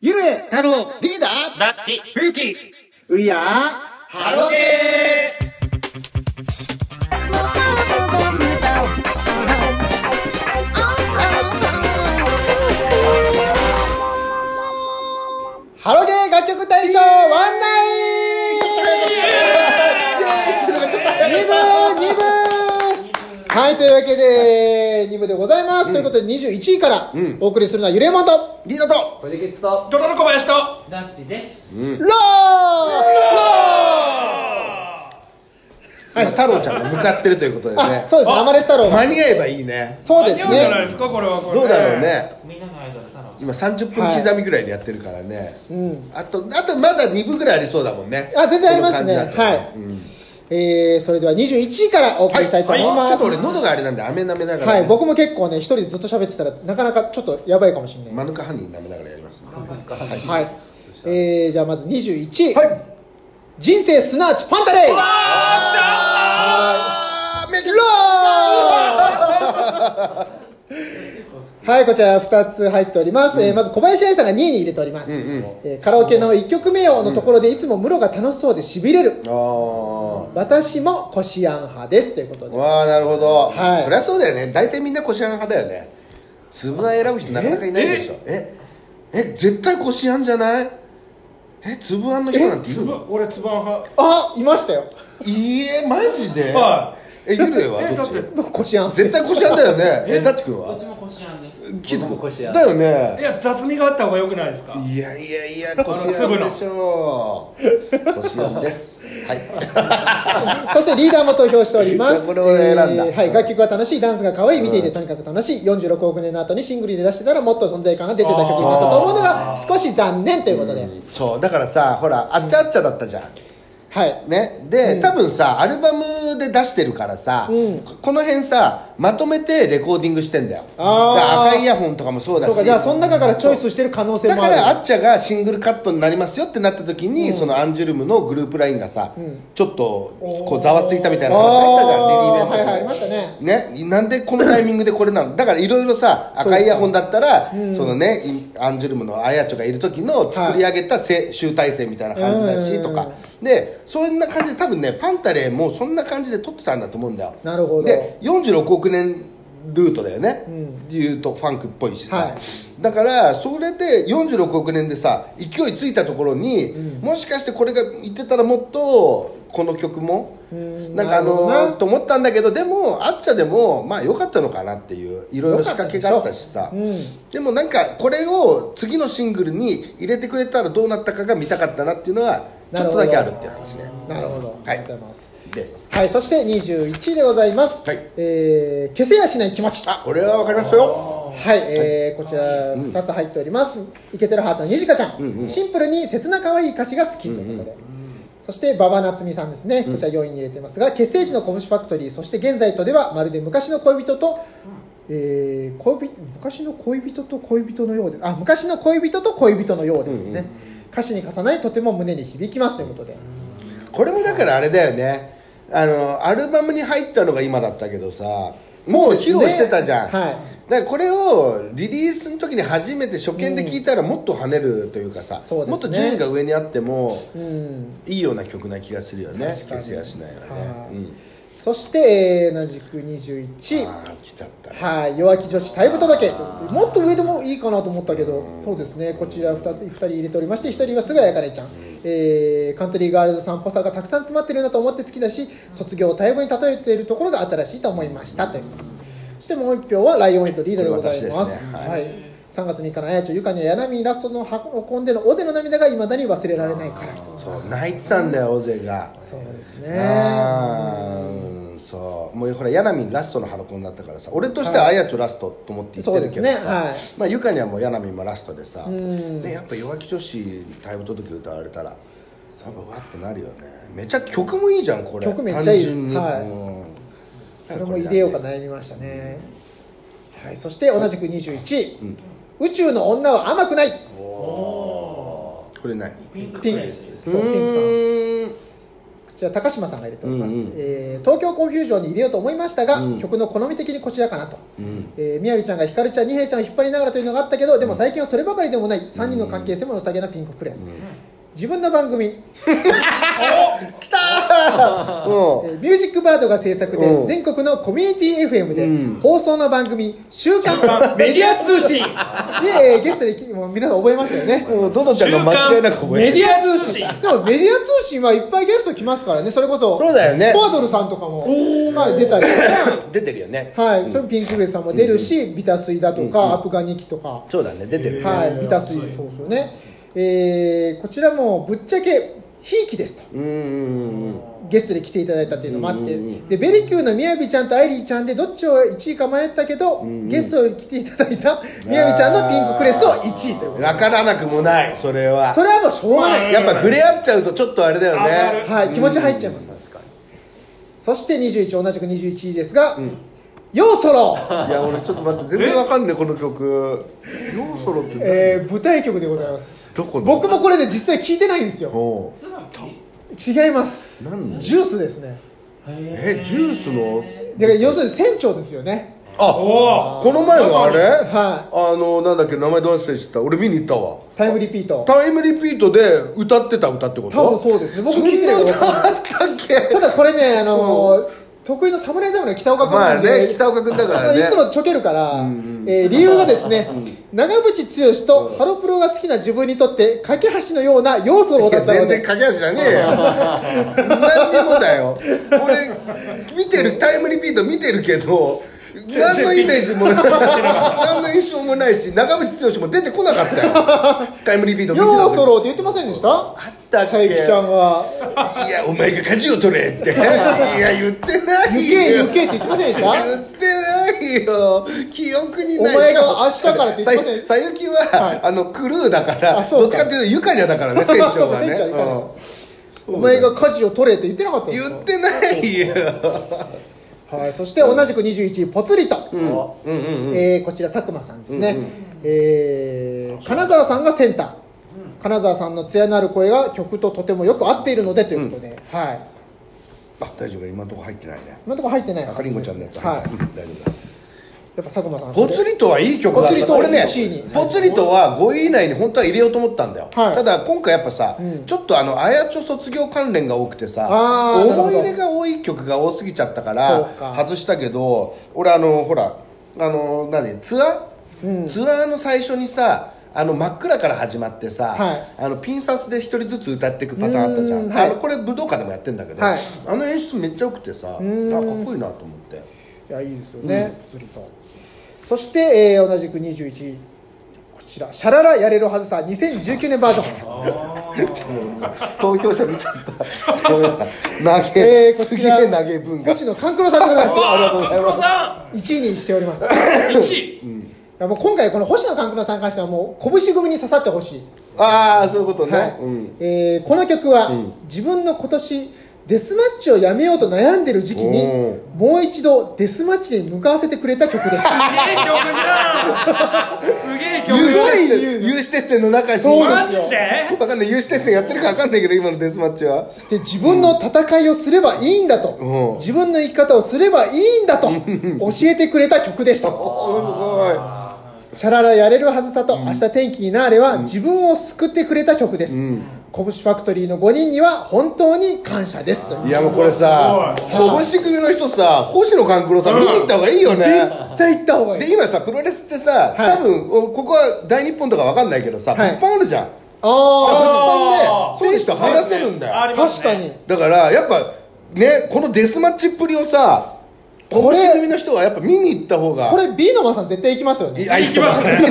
ゆるえ太郎、リーダーラッチ、風紀。うやハロゲーハロゲー楽曲大賞ワンナイトイエーイというのがちょっと早かった2部2部はいというわけで2部でございます、ということで21位からお送りするのはゆれえもんとリーダーとこれでゲッツとトロロ小林と。ラッチですローローはい太郎ちゃんが向かってるということでねあそうですねアマレス太郎間に合えばいいねそうです似合じゃないねですか、これはこれ。どうだろう。ねみんなの間で太郎今30分刻みぐらいでやってるからね、うんあとあとまだ2分ぐらいありそうだもんねあ全然ありますねこの感じだとはいうんえー、それでは21位からお送りしたいと思いちょまっすと俺喉があれなんで飴舐めながら、はい、僕も結構ね一人でずっと喋ってたらなかなかちょっとやばいかもしれないマヌカハニー舐めながらやりますねですはい、えー、じゃあまず21位、はい人生すなわちパンタレイあーめでとうはいこちら2つ入っております、えーまず小林愛さんが2位に入れております、うんうんえーカラオケの1曲目をのところでいつもムロが楽しそうでしびれる、あ私もこしあん派ですということーでわあなるほど、はいそりゃそうだよね大体みんなこしあん派だよねつぶあん選ぶ人なかなかいないでしょええ絶対こしあんじゃないえつぶあんの人なんていつるのば、俺、つばん派。あいましたよいいえマジで、はえゆるえはえ、どだっっちて。僕こしあん絶対こしあんだよねえだっちくんこっはちもこしあんですキズ僕もこし君あんだよいねや、雑味があった方が良くないですか。いやいや いやこしあんでしょう こしあんですはい そしてリーダーも投票しております これ俺選んだえーはい、楽曲は楽しいダンスが可愛い見ていてとにかく楽しい46億年の後にシングルで出してたらもっと存在感が出てた曲になったと思うのが少し残念ということで、そうだからさほらあっちゃあっちゃだったじゃんはいね、で、多分さアルバムで出してるからさ、うんここの辺さまとめてレコーディングしてんだよあーだから赤いイヤホンとかもそうだしそうかじゃあその中からチョイスしてる可能性だもかあるらあっちゃがシングルカットになりますよってなった時に、そのアンジュルムのグループラインがさ、んちょっとこうざわついたみたいな話あったじゃんあーねイベントはでいはいありましたねね、なんでこのタイミングでこれなのだからいろいろさ赤いイヤホンだったらそ,、うんのねいアンジュルムのあやちょがいる時の作り上げたせ、集大成みたいな感じだしうんとかでそんな感じで多分ねパンタレーもそんな感じで撮ってたんだと思うんだよなるほどで46億年ルートだよね、うん言うとファンクっぽいしさ、はいだからそれで46億年でさ勢いついたところに、もしかしてこれが言ってたらもっとこの曲もうんなんかあのなるほどなと思ったんだけどでもあっちゃでもまあ良かったのかなっていういろいろ良か仕った掛でしょけがあったしさうんでもなんかこれを次のシングルに入れてくれたらどうなったかが見たかったなっていうのがちょっとだけあるっていう話ねなるほど、あはいりがとうございますですはいそして21位でございます、はいえー消せやしない気持ちあこれは分かりましたよはい、えーこちら2つ入っております、イケてるハーツのにじかちゃん、うんうんシンプルに切な可愛い歌詞が好きということで、そして馬場夏美さんですねこちら4位に入れてますが、結成時の拳ファクトリーそして現在とではまるで昔の恋人と、えー恋人昔の恋人と恋人のようであ昔の恋人と恋人のようですね、歌詞に重なりとても胸に響きますということで、これもだからあれだよねあのアルバムに入ったのが今だったけどさもう披露してたじゃん、はいだからこれをリリースの時に初めて初見で聞いたらもっと跳ねるというかさ、そうですねもっと順位が上にあってもうんいいような曲な気がするよね確かに消せやしないよね、はいうん、そして、えー同じく21位ああ来ちゃったねはい、弱気女子退部届もっと上でもいいかなと思ったけどそうですねこちら2つ2人入れておりまして1人は菅谷かねちゃん、えーカントリーガールズさんっぽさがたくさん詰まってるなと思って好きだし卒業を退部に例えているところが新しいと思いましたというそしてもう1票はライオンヘッドリードでございまこすれ私ですねはいはい3月3日のあやちょゆかにはやなみイラストの運んでの尾瀬の涙がいまだに忘れられないからそう泣いてたんだよ大勢がそうですあねーそうもうほらヤナミンラストのハロコンだったからさ俺としてはあやちょラストと思って言ってるけそうどさ、ですねはいまあゆかにはもうヤナミンもラストでさ、んでやっぱ弱気女子タイム届け歌われたら多分わってなるよねめちゃ曲もいいじゃんこれ曲めっちゃいいです単純にはいうんこれも入れようか悩みましたね、はい、そして同じく21位、宇宙の女は甘くないおーこれ何ピンクピンプクレスそうピンクさんうーんじゃあ高島さんが入れております、うんうんえー東京コンフュージョンに入れようと思いましたが、うん曲の好み的にこちらかなと、うんえー、みやびちゃんがひかるちゃんにへいちゃんを引っ張りながらというのがあったけどでも最近はそればかりでもない3人の関係性も良さげなピンククレス、自分の番組、えうーミュージックバードが制作うでん全国のコミュニティ FM で、うん放送の番組「週刊メディア通 信」で、えーゲストでき もう皆さん覚えましたよねんうんどのちゃんが間違いなく覚えメてデるィア通信でもメディア通信はいっぱいゲスト来ますからねそれこそそうだよねフォアドルさんとかも、はい、出たり出てるよねはい、それもピンクレスさんも出るし、ビタスイだとか、うんうんアプガニキとか、そうだね出てるはねい、ビタスイそうはいですよね、えーこちらもぶっちゃけひいきですとうんうんうんゲストで来ていただいたっていうのもあって、うんうんうんでベリキューのみやびちゃんとアイリーちゃんでどっちを1位か迷ったけど、んうんゲストに来ていただいたみやびちゃんのピンククレスを1位ということでわからなくもないそれはそれはもうしょうがない、まあやっぱ触れ合っちゃうとちょっとあれだよ上がねるはい、気持ち入っちゃいます、そして21同じく21位ですが、ようそ ろ、いや俺ちょっと待って全然わかんねえこの曲ようそろってえー、舞台曲でございますどこの僕もこれね実際聞いてないんですよおツバキ違いますなんだジュースですねえジュースのだから要するに船長ですよねあおおこの前のあれはあのなんだっけ名前どう忘れしてた俺見に行ったわタイムリピートタイムリピートで歌ってた歌ってこと多分そうですね僕そん聞いてなない歌あったっけ ただこれねあのー得意の侍侍の北岡君まなあんで、ね北岡君だからねいつもちょけるから、うんうんえー理由がですね、長渕剛とハロプロが好きな自分にとって架け橋のような要素をいだっやたの全然で駆け足じゃねえよ何にもだよ俺見てるタイムリピート見てるけど何のイメージも何の印象もないし長渕剛も出てこなかったよタイムリピート見てた時ようそろうって言ってませんでしたあったっ佐け伯ちゃんはいやお前が舵を取れ っていや言ってな「ゆいけよゆけ」って言ってませんでした言ってないよ記憶にないお前が明日からって言ってませんさゆさゆきは、はいあのクルーだからあそうかどっちかっていうとゆかりゃだからね船長がねそうか船長はゆかりゃうんお前が家事を取れって言ってなかったんですか言ってないよ。はい、そして同じく21位ポツリと、うんうんうん。えーこちら佐久間さんですね、うんうんえー金沢さんがセンター金沢さんの艶のある声が曲ととてもよく合っているのでということで、はいあ、大丈夫、今のとこ入ってないね。今のところ入ってない赤りんごちゃんのやつ。はい、やっうん大丈夫だ。ぱ佐久間さんぽつりとはいい曲だぽつっりた。とは俺ね1位に、ぽつりとは5位以内に本当は入れようと思ったんだよ。はいただ今回やっぱさうん、ちょっとあの、あやちょ卒業関連が多くてさ、あーなるほど思い入れが多い曲が多すぎちゃったかそうら、か外したけど、俺あの、ほら、あの、何、ツアうんーツアーの最初にさ、あの真っ暗から始まってさ、はいあのピンサスで一人ずつ歌っていくパターンあったじゃうんんはいあのこれ武道館でもやってんだけど、はいあの演出めっちゃ良くてさあかっこいんいなと思っていやいいですよね、ポツリとそして、えー同じく21位こちらシャララやれるはずさ2019年バージョン投票者見ちゃったごめんなさい投げ、えーこすちげらえ投げ文化星野勘九郎さんでございますありがとうございますさ1位にしておりますん一位いやもう今回この星野勘九郎さんに関してはもう拳組に刺さってほしい、ああそういうことね、はいうんえーこの曲は、うん自分の今年デスマッチをやめようと悩んでる時期におーもう一度デスマッチに向かわせてくれた曲です すげえ曲じゃんすげえ曲すごい有刺鉄言う線ね有刺鉄線の中にそうなマんジですよでわかんない有刺鉄線やってるかわかんないけど今のデスマッチはで自分の戦いをすればいいんだと、うん自分の生き方をすればいいんだ と教えてくれた曲でしたおすシャララやれるはずさと、明日天気になれは、自分を救ってくれた曲です、こぶしファクトリーの5人には本当に感謝ですというごいいやもうこれさ拳組の人さ星野勘九郎さん見に行った方がいいよね、絶対行った方がいいで今さプロレスってさ、はい多分おここは大日本とかわかんないけどさ、はい物販あるじゃんあ物あー販で選手と話せるんだあよりあます確ねかにだからやっぱねこのデスマッチっぷりをさこれ星組の人はやっぱ見に行った方がこれ B のマンさん絶対行きますよねいあ行きますね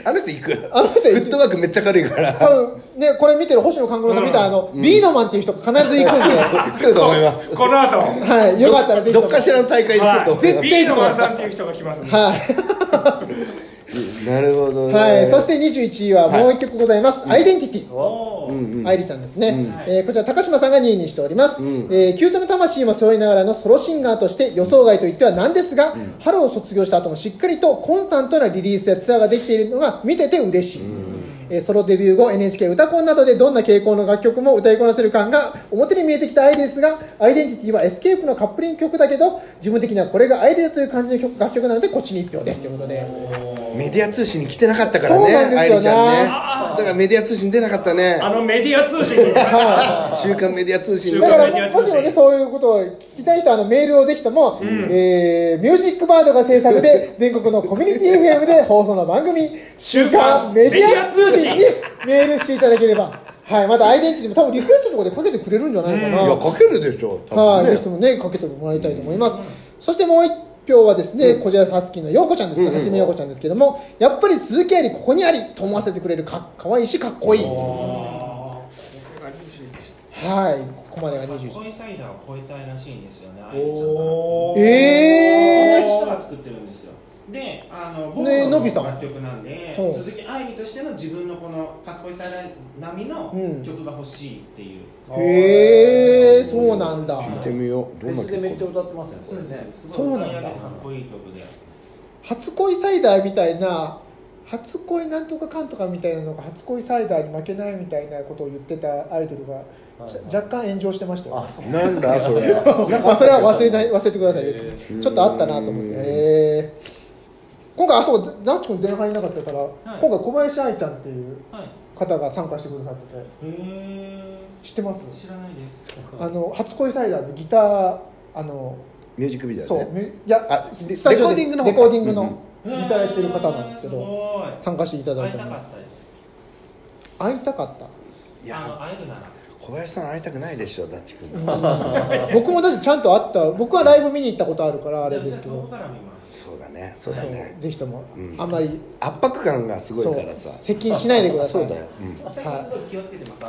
あの人行くあの人行くフットワークめっちゃ軽いから多分ねこれ見てる星野勘五郎さん見たらあの、B のマンっていう人が必ず 行くんで、来ると思いますこの後はいよかったらぜひと どもっかしらの大会に来るとは思いいま絶対 B のマンさんっていう人が来ますねはい、すなるほどねはい、そして21位はもう一曲ございます、アイデンティティおー愛理ちゃんですね、うんえーこちら高島さんが2位にしております、うんえーキュートな魂も背負いながらのソロシンガーとして予想外といってはなんですが、ハローを卒業した後もしっかりとコンスタントなリリースやツアーができているのが見てて嬉しい、えーソロデビュー後 NHK 歌コンなどでどんな傾向の楽曲も歌いこなせる感が表に見えてきたアイデですがアイデンティティはエスケープのカップリング曲だけど自分的にはこれがアイデアという感じの曲楽曲なのでこっちに1票ですということでメディア通信に来てなかったからそうねなんですよね愛梨ちゃんねだからメディア通信出なかったねあのメディア通信に週刊メディア通信だかメディらア通も信しもねそういうことを聞きたい人はあのメールをぜひとも、えーミュージックバードが制作 で全国のコミュニティ FM で放送の番組「週刊メディア通信」にメールしていただければ、はい、またアイデンティティも多分リクエストとかでかけてくれるんじゃないかいな、やかけるでしょ多はい、分ぜねひともね、かけてもらいたいと思います。そしてもう一票はですね、こちらハスキーの陽子ちゃんです。中島陽子ちゃんですけども、やっぱり鈴木愛理ここにありと思わせてくれるか、可愛いし、かっこいい。はい、ここまでがこ21。のイサイダーを超えたいらしいんですよね、あいりちゃんが。おえ同じ人が作ってるんですよであの僕ねののびさん楽曲なんで、うん鈴木愛理としての自分のこの初恋さん並みのうん曲が欲しいっていう、ー、へー、そうなんだ。聞いてみようどんな別でめっちゃ曲歌ってますよねそれねすそごいうなんだ歌い上げてかっこいい曲で初恋サイダーみたいな、初恋なんとかかんとかみたいなのが初恋サイダーに負けないみたいなことを言ってたアイドルが、はいはいじゃ若干炎上してましたよ。あそうなんだそれま あそれは忘れない忘れてくださいです、ーちょっとあったなと思って、うんえー今回あそうザッチ君前半いなかったから、い今回小林愛ちゃんっていうはいへ方が参加してくださっててえ知ってます知らないですあの初恋サイダーのギターあのミュージックビデオそうねめいやあススタジオでレコーディングの方レコーディングのギへーターやってる方なんですけどごい参加していただ会いいてたかまっすたで会いたかったいすあやの会えるなら小林さん会いたくないでしょダッチ君僕もだってちゃんと会った 僕はライブ見に行ったことあるからあれでじゃすあけ遠くどから見ますそうだねそうだねぜひとも、うんあんまり圧迫感がすごいからそさう接近しないでくださいそうだようん最近すごい気をつけてます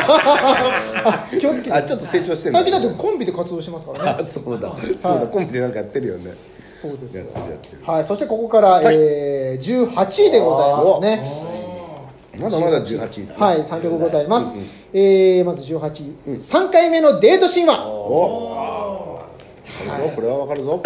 あ気をつけてあちょっと成長してるん最近だってコンビで活動してますからねあそうだはいそうだコンビでなんかやってるよねそうですやっよてるやってるはいそしてここから、えー、18位でございますねまだまだ18位だねはい3曲ございます、うんうんえー、まず18位、うん3回目のデート神話おわかるぞこれはわかるぞ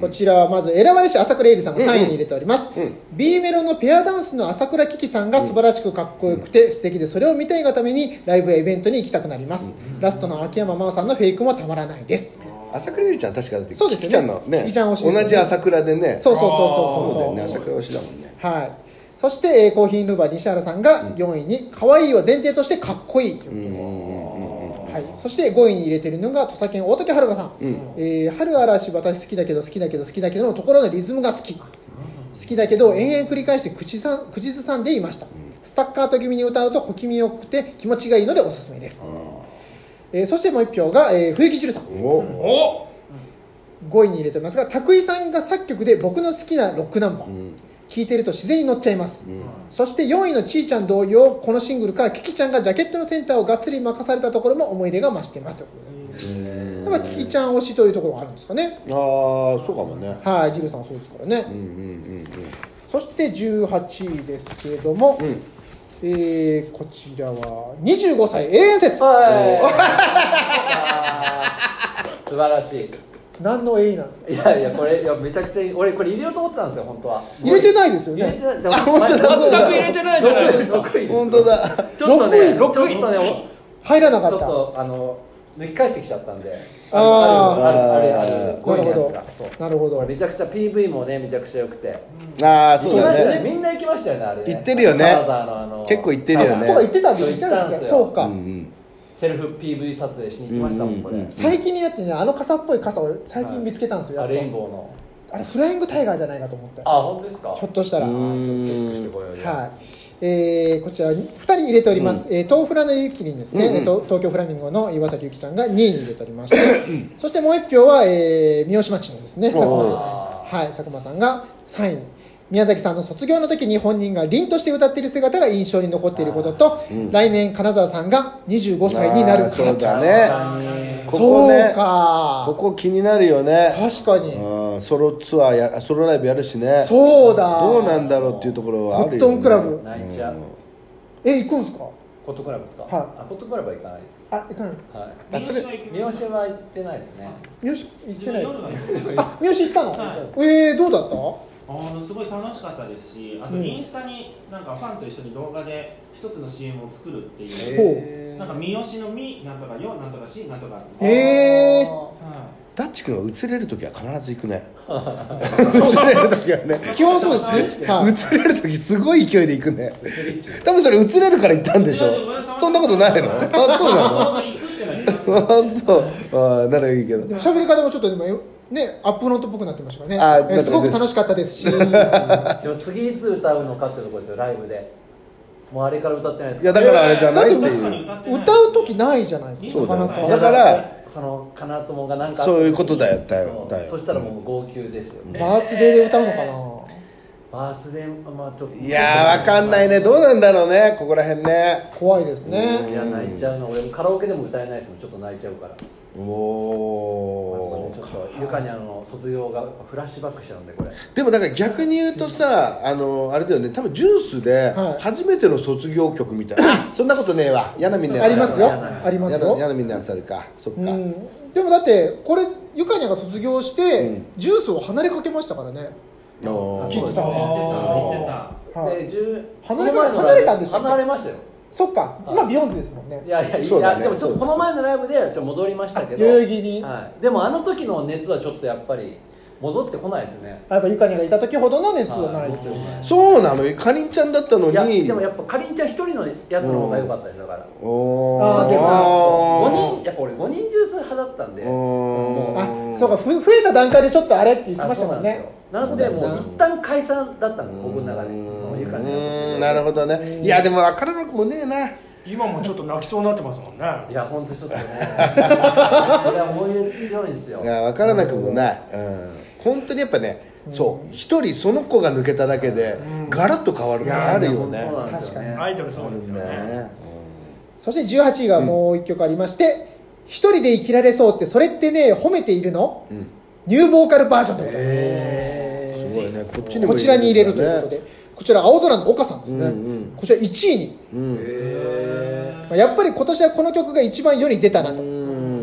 こちらはまず選ばれし朝倉絵里さんが3位に入れております、うん B メロのペアダンスの朝倉キキさんが素晴らしくかっこよくて素敵でそれを見たいがためにライブやイベントに行きたくなります、ラストの秋山真央さんのフェイクもたまらないです、朝倉ゆりちゃん確かだってそうですよねキキちゃんのねキキちゃん推しですよね同じ朝倉でねそうそうそうそうそうそうだよね朝倉推しだもんねはい。そして、えー、コーヒールーバー西原さんが4位に、可愛いは前提としてかっこいいということではい。そして5位に入れてるのが土佐犬大竹遥香さん。えー春嵐私好きだけど好きだけど好きだけどのところのリズムが好き。好きだけど延々繰り返して口さん口ずさんでいました、スタッカート気味に歌うと小気味よくて気持ちがいいのでおすすめです、えーそしてもう1票が、えー、冬木汁さんおお5位に入れてますが拓井さんが作曲で僕の好きなロックナンバー、ん聴いてると自然に乗っちゃいます、そして4位のちーちゃん同様このシングルからキキちゃんがジャケットのセンターをがっつり任されたところも思い入れが増していますということでやっぱキキちゃん推しというところがあるんですかねああそうかもねはいジルさんはそうですからね、うんうんうんそして18位ですけれども、んえーこちらは25歳永遠説はい 素晴らしい何の永遠なんですかいやいやこれいやめちゃくちゃいい俺これ入れようと思ってたんですよ本当は入れてないですよ入れてねないあ本当だそうだ全く入れてないじゃないですか6位うん本当だちょっとね六ちょっとねお入らなかちょっったとあの抜き返してきちゃったんでああーるあるあるあるな5る位のほやつがそうどなるほどこれめちゃくちゃ PV もねめちゃくちゃ良くてああそう行きましたよだねねみんな行きましたよねあれね行ってるよね金沢のあの結構行ってるよねそうか言ってたんですよ言っ行ってたたんんでですすよよそうか、うんセルフ PV 撮影しに行きましたもんこれ、うんうんうん最近になってねあの傘っぽい傘を最近見つけたんですよ、あやレっインとボーのあれフライングタイガーじゃないかと思ってひあ本当ですかょっとしたらうはんいえー、こちら2人入れております、えー東フラのゆきりんですね、えーと東京フラミンゴの岩崎ゆきさんが2位に入れておりま してそしてもう1票は、えー三好町のですね佐久間さんあはい、佐久間さんが3位宮崎さんの卒業の時に本人が凛として歌っている姿が印象に残っていることと、来年金沢さんが25歳になるあーかそらうとだねここそうねかここ気になるよね確かにうんソロツアーやソロライブやるしねそうだどうなんだろうっていうところはあるよねコットンクラブー泣いちゃうえ行くんですかコットンクラブですか、はいあコットンクラブは行かないですあ行かないはいあそれ三好は行ってないですね三好行って夜ないは行くあ三好行ったの、はえー、どうだったあのすごい楽しかったですしあとうんインスタになんかファンと一緒に動画で一つの CM を作るっていう、ほなんか三好の「み」なんとか「よ」なんとか「し」なんとかってええはダッチ君は映れる時は必ず行くね映れる時はね基本そうですね。はい。映れる時すごい勢いで行くね多分それ映れるから行ったんでしょそんなことないのあそうなのい行くっていうのはあそうあーならいいけどでも喋り方もちょっとでもねアップフロントっぽくなってましたからね。あえーすごく楽しかったですし。いでも次いつ歌うのかってとこですよライブでもうあれから歌ってないですいやだからあれじゃないってだってい確かに う歌ってない歌う時ないじゃないですか。そうだよなかなかだからそのかなともがなんかあったそう時にいうことだよだよだよそうそしたらもう号泣ですよ、バースデーで歌うのかな。バースデーまあちょっといやーわかんないねどうなんだろうねここら辺ね怖いですいね。や泣いちゃうの俺もカラオケでも歌えないですもんちょっと泣いちゃうからおおこれちょっとゆかにあの卒業がフラッシュバックしちゃうんでこれでもなんか逆に言うとさあのあれだよね多分ジュースではい初めての卒業曲みたいな、 そんなことねえわ嫌なみんなありますよやらない。ありますやよ。なみんなやつあるかそっか、うん。でもだってこれゆかにゃんが卒業して、うんジュースを離れかけましたからね。おー聞いてた言ってた言ってはい。で10離れこの前の離れたんでしたっけ離れましたよそっか。今ビヨンズですもんねい。やいやいそうだや、ねでもちょっとこの前のライブではちょっと戻りましたけど代々木に。はい、でもあの時の熱はちょっとやっぱり戻ってこないですねやっぱゆかにゃんがいた時ほどの熱はないという。はそうなのかりんちゃんだったのいいやにでもやっぱかりんちゃん一人のやつの方が良かったですだからおあー絶対5お人やっぱ俺5人ジュース派だったんでおもあ、そうか、ふ増えた段階でちょっとあれって言ってましたもんね。あそうなんですよなのでそうもだよなう一旦解散だったんです僕の中でうそのゆかにーんなるほどねいやでも分からなくもねえな今もちょっと泣きそうになってますもんねいや本当にちょっとね俺は思い入れ強いんですよいや分からなくもない、うん、本当にやっぱねそう一人その子が抜けただけでガラッと変わるのあるよねそうなんですよ確ねアイドルそうですよだよねねそして18位がもう一曲ありまして、一人で生きられそうって、それってね、褒めているの、うんニューボーカルバージョンでございます。うんすごいねこっちにもこちらに入れるということねで、こちら青空の岡さんですね、うんうんこちら1位に、うんへまあやっぱり今年はこの曲が一番世に出たなと、う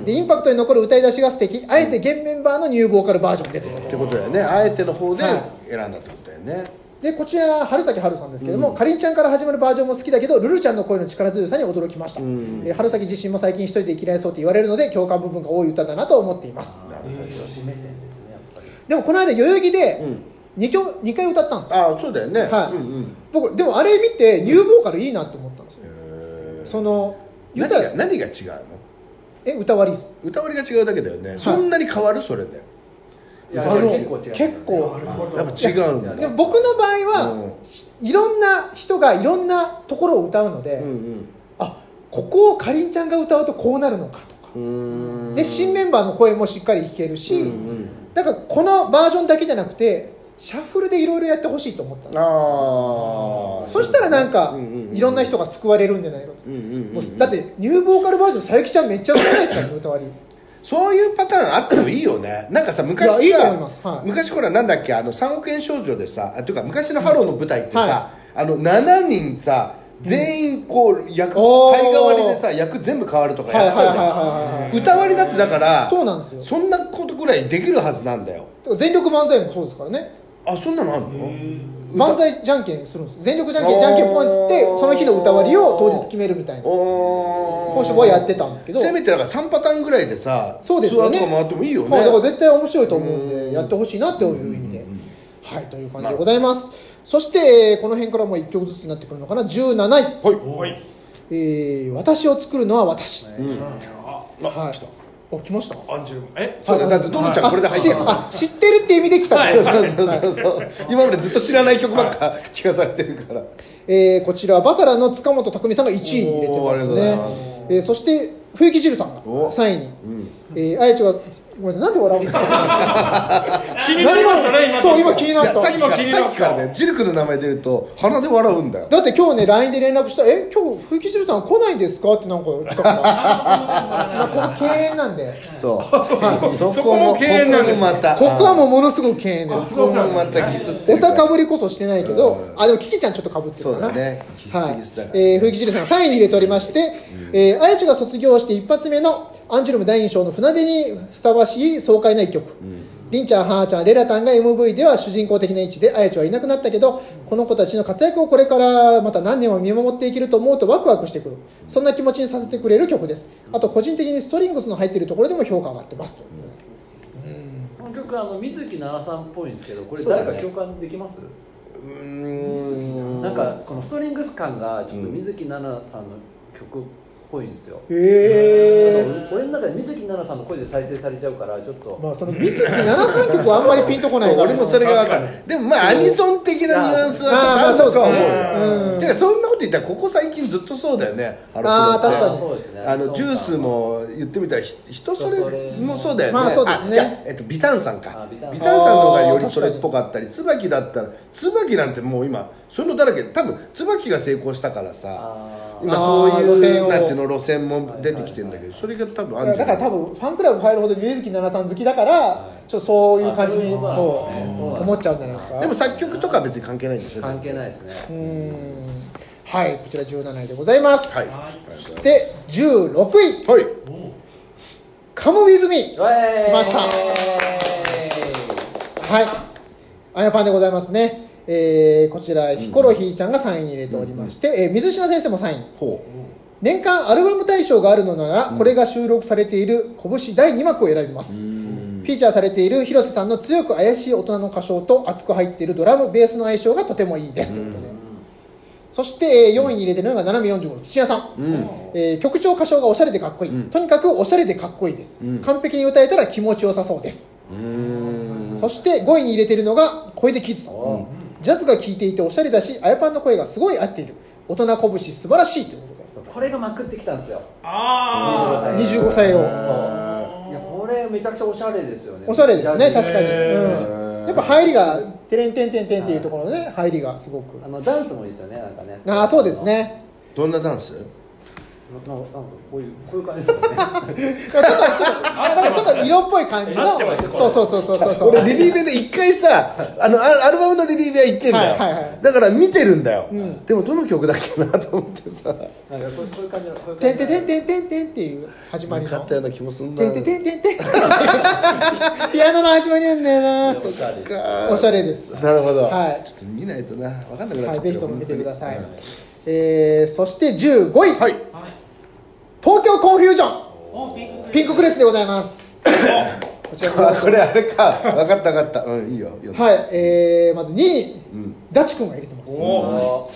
んでインパクトに残る歌い出しが素敵あえて現メンバーのニューボーカルバージョンでということでってことだよねあえての方ではい選んだってことだよね、でこちら春崎春さんですけども、かりんちゃんから始まるバージョンも好きだけどルルちゃんの声の力強さに驚きました、うんえー春崎自身も最近一人で生きられそうと言われるので共感部分が多い歌だなと思っていますえ女子目線ですねやっぱりでもこの間代々木でうん2曲二回歌ったんですよああそうだよね、はいうんうん僕でもあれ見てニューボーカルいいなって思ったんですよ、へーその言何ったがら何が違うのえ歌割りです歌割りが違うだけだよね、そんなに変わるそれでいやあの結構違う結構なるあほどやっぱ違うんだいでやも僕の場合は、うしいろんな人がいろんなところを歌うので、うんあここをかりんちゃんが歌うとこうなるのかとか、うんうーんで新メンバーの声もしっかり弾けるし、うんうんだからこのバージョンだけじゃなくてシャッフルでいろいろやってほしいと思ったんでああすそしたらなんかいろんな人が救われるんじゃないかと、うんうんうんうんもうだってニューボーカルバージョン佐伯ちゃんめっちゃ歌いですからね歌割りそういうパターンあってもいいよねなんかさ昔さいやいいと思いますはい昔ほらなんだっけあの3億円少女でさあていうか昔のハローの舞台ってさ、はあの7人さ全員こう役おー代替わりでさ役全部変わるとかはいやっはていはいたはじゃんいはい歌割りだってだからそうなんですよそんなことぐらいできるはずなんだよだから全力漫才もそうですからねあそんなのあるの漫才じゃんけんするんです全力じゃんけんじゃんけんぽんっつっておーその日の歌割りを当日決めるみたいなお今週はやってたんですけどせめてだから3パターンぐらいでさそうですよねツアーとか回ってもいいよね、はい、だから絶対面白いと思うんうんでやってほしいなっていう意味ではいという感じでございますそしてえーこの辺からもう1曲ずつになってくるのかな17位、はいえー私を作るのは私」はい、お来ましたアンジュルムえそうだよだってドロちゃんこれで入ってるあしあ知ってるって意味で来たんそうですねそうそうそう今までずっと知らない曲ばっか聞かされてるからえーこちらはバサラの塚本匠さんが1位に入れておーまありすがとうございますね、えーそして冬木汁さんがお3位に、んえーあやちょがごめんなさいなんで笑うんですか気になりましたね今そう今気にないったやさっきから今気になったさっきからねジルクの名前出ると鼻で笑うんだよだって今日ね LINE で連絡したら「え今日冬木汁さん来ないんですか?」ってなんか来たからま あ、ここ敬遠なんで、そうそそこも敬遠なんですねここもまたここはもうものすごく敬遠でこす。こもまたギスっておるからたかぶりこそしてないけどう、んあ、でもキキちゃんちょっとかぶってるかな。そうだねギスはいギスだからえー、冬木汁さん3位に入れておりまして、えー、あやちが卒業して一発目のアンジュルム第二章の船出にふさわしい爽快な一曲。りんちゃん、はーちゃん、レラタンが MV では主人公的な位置で、あやちはいなくなったけど、この子たちの活躍をこれからまた何年も見守っていけると思うとワクワクしてくる。そんな気持ちにさせてくれる曲です。あと、個人的にストリングスの入っているところでも評価上がってます。とこの曲あの水木奈々さんっぽいんですけどこれそうだ誰ねか共感できます、うーんなんかこのストリングス感がちょっと水木奈々さんの曲っぽいんですよ、へー。あと俺の中で水木奈々さんの声で再生されちゃうからちょっと、まあ、その水木73曲はあんまりピンとこなそいうな俺もそれが分か確るでもまあアニソン的なニュアンスはちょっとあああ、まるあのそうとですね。は思うよてかそんなこと言ったらここ最近ずっとそうだよねあーハロプロって確かにそうですねあのジュースも言ってみたらひ人それもそうだよね、まあそうですねじゃあえっと、ビタンさんかあビタンさんビタンさんの方がよりそれっぽかったり椿だったら椿なんてもう今そういうのだらけ多分椿が成功したからさあー今そういあー路線うをなんていうの路線も出てきてるんだけどそれが多分あうんるんだじゃからない多分ファンクラブ入るほど水木奈々さん好きだから、はいちょっとそういう感じにあそういうことなんこうですねそうなんですね思っちゃうんじゃないですかでも作曲とかは別に関係ないんでしょ関係いないですねうーんはいこちら17位でございます、はいで16位はい「カム・ウィズ・ミー」来来ましたはいあやパンでございますねえーこちらヒコロヒーちゃんが3位に入れておりまして、えー水品先生も3位ほ年間アルバム大賞があるのなら、これが収録されている拳第2幕を選びます、ううんフィーチャーされている広瀬さんの強く怪しい大人の歌唱と厚く入っているドラムベースの相性がとてもいいですということでそして4位に入れてるのが斜め45の土屋さん、うんえー曲調歌唱がおしゃれでかっこいい、うんとにかくおしゃれでかっこいいです、うん完璧に歌えたら気持ちよさそうです、うーんそして5位に入れてるのが小出キッズさんおジャズが聴いていておしゃれだしあやパンの声がすごい合っている大人拳素晴らしいということでこれがまくってきたんですよあー25歳をいやこれめちゃくちゃおしゃれですよねおしゃれですねジャズ確かに、へうん、やっぱ入りがてれんてんてんてんっていうところのね入りがすごくあのダンスもいいですよねなんかねああそうですねどんなダンスなんかなんかこういうこういう感じですよねちょっとちょっとなんかちょっと色っぽい感じ合のってますよこそれうそうそうそうそう 俺リリーベで一回さあのアアルバムのリリーベは行ってんだよ、はいはいはいだから見てるんだよ、うんでもどの曲だっけなと思っ てさなんかこうこういう感じのこういう感じてのんてんてんてんてんてんっていう始まり分のかったような気もすんなてんてんてんてんてんピアノの始まりなんだよなおしゃれおしゃれですなるほど、はいちょっと見ないとな分かんなくなっちゃはいったよぜひとも見てください本えーそして15位当にはいはい東京コンフュージョおピンクンピンククレスでござい ますこちらあこれあれか分かった分かったうんいいよ読んではいえーまず2位にうんダチ君が入れてますおお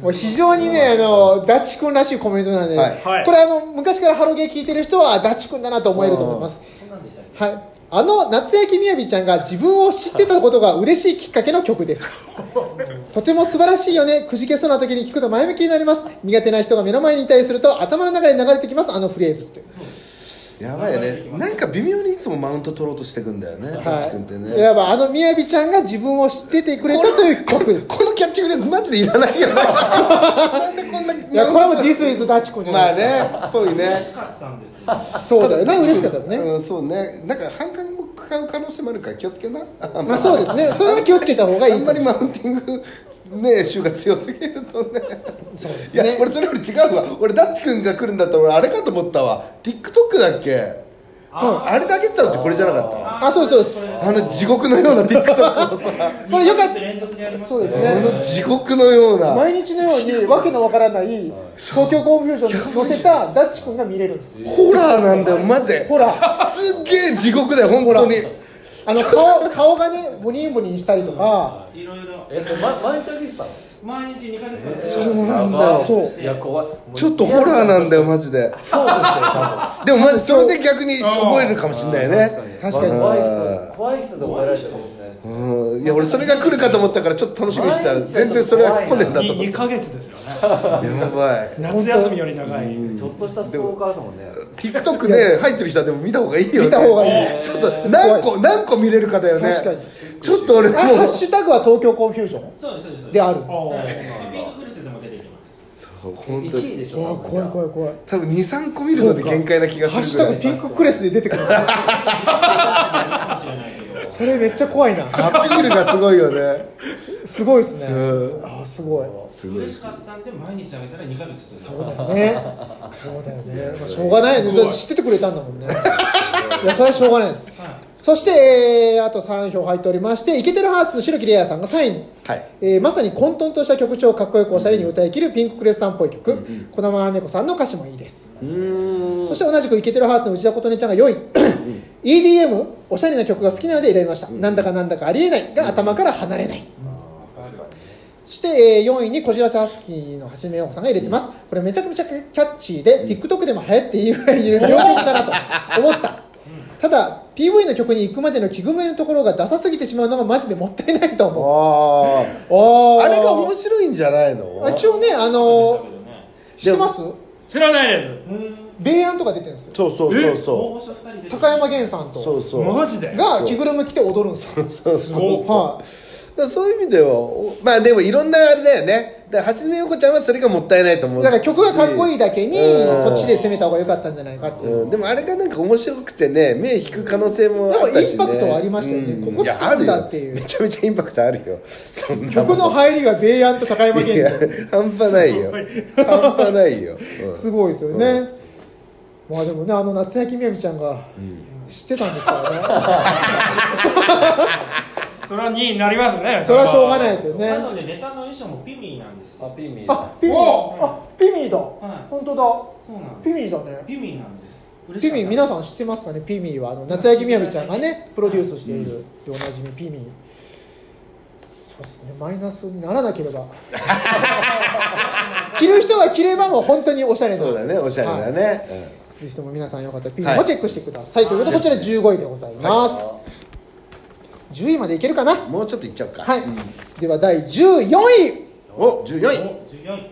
もう非常にね、あの、ダッチ君らしいコメントなんで、はいはいこれあの、昔からハロゲー聞いてる人は、ダッチ君だなと思えると思います。そんなんでしたっけはい。あの、夏焼きみやびちゃんが自分を知ってたことが嬉しいきっかけの曲 です。とても素晴らしいよね。くじけそうな時に聞くと前向きになります。苦手な人が目の前にいたりすると、頭の中で流れてきます、あのフレーズって。やばいよねなんか微妙にいつもマウント取ろうとしてくんだよねタッチ君っていわねばあのみやびちゃんが自分を知っててくれたという曲です。このキャッチフレーズマジでいらないよ ねなんでこんないや、これもディ This is ダッチ君じゃ まなあいですか。ねっぽいね嬉しかったんですよそうだよね。た嬉しかったですね。うん、そうね。なんか反感も買う可能性もあるから気をつけな。あまあそうですね。それは気をつけた方がいいとんまりマウンティングね週が強すぎると ね。そうですいや、ね。俺それより違うわ。俺ダッチ君が来るんだったら俺あれかと思ったわ。TikTok だっけ？ああれだけだろってこれじゃなかった。あそうそうそうあの地獄のような TikTok をさ、それよかっ二ヶ月た。連続でやりましたそうですあねの地獄のような。毎日のようにわけのわからない東京コンフュージョンに乗せたダッチ君が見れるんです。ホラーなんだよマジで。ほら、すっげえ地獄だよ本当に。あの顔顔がね、ボリンボリンしたりとか、いろいろえっとま毎日見てたの毎日2ヶ月間そうなんだやばよいそういや怖いちょっとホラーなんだよマジで。でもマジそれで逆に覚えるかもしれないよね。確かに怖い人怖い人で覚えられてるもんねうん、いや俺それが来るかと思ったからちょっと楽しみにしてたら全然それは来ねえんだと思っ2てヶ月ですよねやばい夏休みより長いちょっとしたストーカーさもんね TikTok ね入ってる人はでも見た方がいいよね見た方がいい。ちょっと何個何個見れるかだよね確かに。ちょっと俺あ、もハうッシュタグは東京コンフュージョンそうですそうですそうですである。おはいーピンククレスでも出てきますそう本当1位にでしょうわ怖い怖い怖い。多分23個見るので限界な気がハッシュすタるグぐピらいンククレスで出てくる。かもしれないけどそれめっちゃ怖いな。アピールがすごいよねすごいですね。うんあ、すごい。すごい嬉でしすかったんで毎日あげたら2ヶ月そうだよね。そうだよね。まあ、しょうがないよね。だって知っててくれたんだもんね。いや、それはしょうがないです。はいそして、えーあと3票入っておりましてイケてるハーツの白木玲也さんが3位に、はいえーまさに混沌とした曲調をかっこよくおしゃれに歌い切るピンククレスタンっぽい曲「児玉姉子さんの歌詞もいいです」うーんそして同じくイケてるハーツの内田琴音ちゃんが4位 EDM おしゃれな曲が好きなので選びました、なんだかなんだかありえないが頭から離れない、そして、えー4位にこじらせハスキーの橋目陽子さんが入れてます、これめちゃくちゃキャッチーで、TikTok でも流行っていいぐらいいる両極だなと思ったただ PV の曲に行くまでの木組めのところがダサすぎてしまうのがマジでもったいないと思うあおあーあれが面白いんじゃないのあ一応ねあのー知ってます知らないで米安とか出てるんですよそうそうそうそ高山源さんうそうとすそうマジでが着ぐるみ着て踊るんですよそうそうそうはいだからそういう意味ではおまあでもいろんなあれだよねだから橋爪横ちゃんはそれがもったいないと思うだから曲がかっこいいだけにうんそっちで攻めた方が良かったんじゃないかっていう、うんでもあれがなんか面白くてね目引く可能性もあったし、ね、でもインパクトはありましたよねここや掴んだっていうあるよめちゃめちゃインパクトあ るよそんなもん曲の入りが米安と高山い源やさん半端ないよ半端ないよ、うんすごいですよね、まあでもねあの夏焼きみやみちゃんが知ってたんですからね、 それは2位になりますねそれはしょうがないいですよなねのでネタの衣装もピミーなんですあよ。ピーミーだあピミーおあピミーだ、はい本当そうなんだでピす。ミーだねピミーなんです。ピミー皆ん。さん知ってますかねピミーはあの夏焼きみやみちゃんがねプロデュースしているでおなじみピミーそうですねマイナスにならなけれ ば着る人が着ればもう本当におしゃれなそうだねおしゃれだね、ぜひとも皆さんよかったらピンはいもチェックしてください、ということでこちら15位でございます、10位までいけるかなうはんもうちょっといっちゃおうかい、では第14位お14位十四位。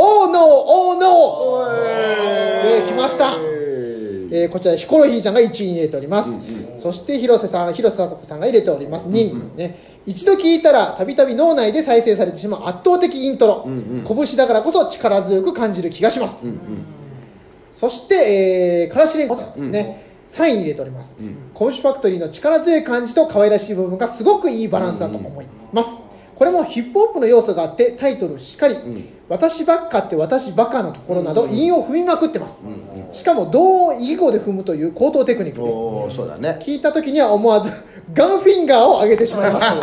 オーノーオーノーえー来ましたええーこちらヒコロヒーちゃんが1位に入れております、うんそして広瀬さん広瀬さと子さんが入れております2位ですね、一度聞いたらたびたび脳内で再生されてしまう圧倒的イントロ、うん拳だからこそ力強く感じる気がします、うんうんそして、えー、からしれんこさんですね、3位に入れております、コブシファクトリーの力強い感じと可愛らしい部分がすごくいいバランスだと思います、これもヒップホップの要素があってタイトルしっかり、ん私ばっかって私ばかのところなど韻を踏みまくってます、しかも同意義語で踏むという高等テクニックですおおそうだ ね聞いた時には思わずガンフィンガーを上げてしまいました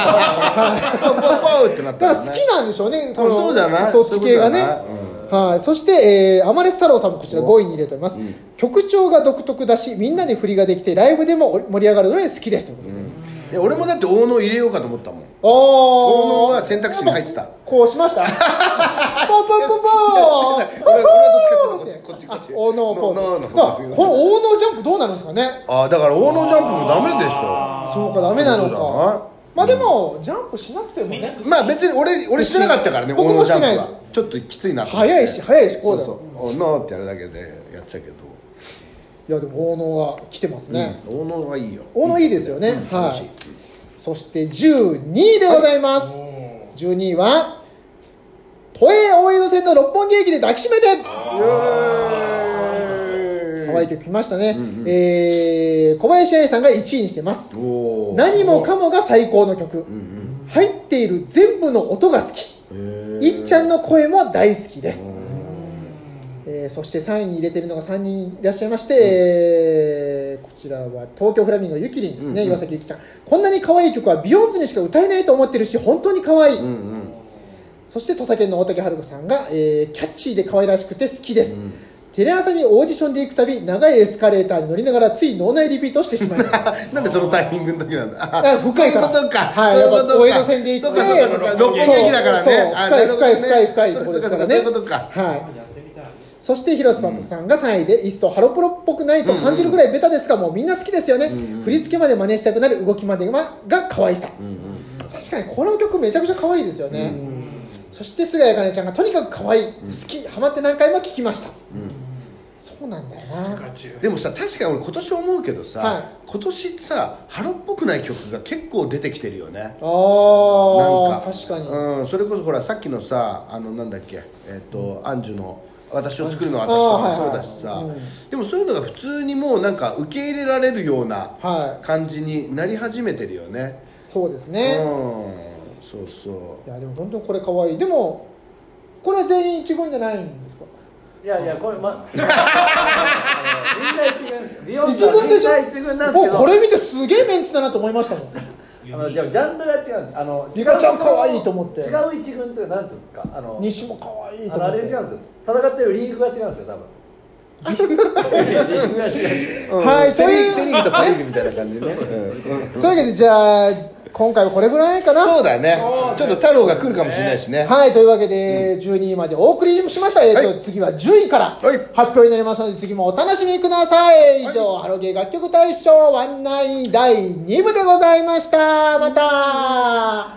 パウパウってなっだかたら好ねきなんでしょうね、多分そうじゃないそっち系がねそういうことだな。はい、そして、えー、アマレス太郎さんもこちら5位に入れております、曲調が独特だし、みんなに振りができて、ライブでも盛り上がるので好きですということで、いや俺もだって大野入れようかと思ったもん大野おーは選択肢に入ってたこうし ました、ポンポンポン俺ポンはどっちかっていうとこっちこっちこっちおのポノーーズノだーからこのおのジャンプどうなるんですかねああだから大野ジャンプもダメでしょそうかダメなのそうだなかまあでもジャンプしなくてもみんなねまあ別に俺俺してなかったからね僕大も野ジャしてンプないですはちょっときついなと思って早いし早いしこそううだそう「おの」ってやるだけでやってたけどいやでもおのは来てますね、うん大野はいいよ大野いいですよねうんはい楽しそして12位でございます、12位は都営大江戸線の六本木駅で抱きしめて可愛い曲来ましたね、えー小林愛さんが1位にしてますおおー何もかもが最高の曲、うんうん入っている全部の音が好き、へーいっちゃんの声も大好きです、えーそして3位に入れてるのが3人いらっしゃいまして、えーこちらは東京フラミンゴゆきりんですね、岩崎ゆきちゃんこんなに可愛い曲はビヨンズにしか歌えないと思ってるし本当に可愛い、うんうんそして土佐犬の大竹春子さんが、えーキャッチーで可愛らしくて好きです、テレ朝にオーディションで行くたび長いエスカレーターに乗りながらつい脳内リピートしてしまいます なんでそのタイミングの時なんだ。かあら深いからそういうことか。はいそういうこやとか。っぱ大江戸線で行ってそうかそうかそうか。六本木駅だからそうそうね。あなるほどね深い深い深い深いそとうこかろですそうかからそうねいうことか。はいやってみたい。そして広瀬さんさんが3位で、いっそハロプロっぽくないと感じるぐらいベタですが、もうみんな好きですよね、振り付けまで真似したくなる動きまでがが可愛さ、確かにこの曲めちゃくちゃ可愛いですよね、そして菅谷茜ちゃんがとにかく可愛い、好きハマって何回も聴きました、そうなんだよなでもさ確かに俺今年思うけどはいさ、今年さハロっぽくない曲が結構出てきてるよね。なんあかー確かに、うんそれこそほらさっきのさあのなんだっけえっとアンジュの私を作るのはあ私ーとはいはいかもそうだうしさ、でもそういうのが普通にもうなんか受け入れられるようなは感じになり始めてるよね。いそうですうんね、そうそう。いやでも本当にこれ可愛いでもこれは全員一軍じゃないんですか いやいやこれまあみんな一軍ビヨン一ドは軍でしょみんな一軍なんでもうすけどこれ見てすげえメンツだなと思いましたもんあのじゃあジャンルが違うんですあのリカちゃん可愛いと思って違う一軍というのは何つうんですかあの西も可愛いあとの思あっれ違うんてですよ戦ってるリーグが違うんですよ多分 リーグが違うんですよはいセといリうセリーグとパリーグみたいな 感じでね、うんうんというわけでじゃあ今回はこれぐらいかなそうだねちょっと太郎が来るかもしれないしね、はいというわけで12位までお送りしました、えーとはい次は10位からはい発表になりますので次もお楽しみください以上、ハロゲー楽曲大賞ワンナイン第2部でございましたまた